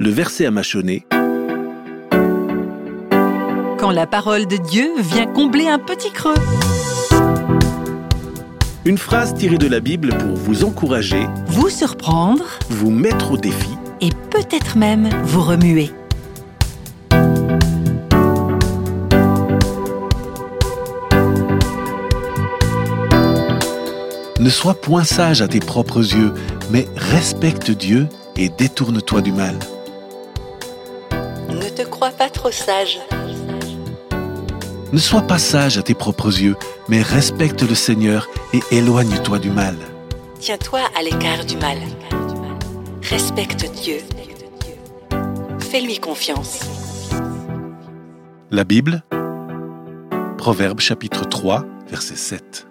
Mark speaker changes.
Speaker 1: Le verset à mâchonner,
Speaker 2: Quand la parole de Dieu vient combler un petit creux.
Speaker 1: une phrase tirée de la Bible pour vous encourager,
Speaker 2: Vous surprendre
Speaker 1: vous mettre au défi.
Speaker 2: et peut-être même vous remuer.
Speaker 1: Ne sois point sage à tes propres yeux, mais respecte Dieu et détourne-toi du mal.
Speaker 2: Ne te crois pas trop sage.
Speaker 1: Ne sois pas sage à tes propres yeux, mais respecte le Seigneur et éloigne-toi du mal.
Speaker 2: Tiens-toi à l'écart du mal. Respecte Dieu. Fais-lui confiance.
Speaker 1: La Bible, Proverbe chapitre 3, verset 7.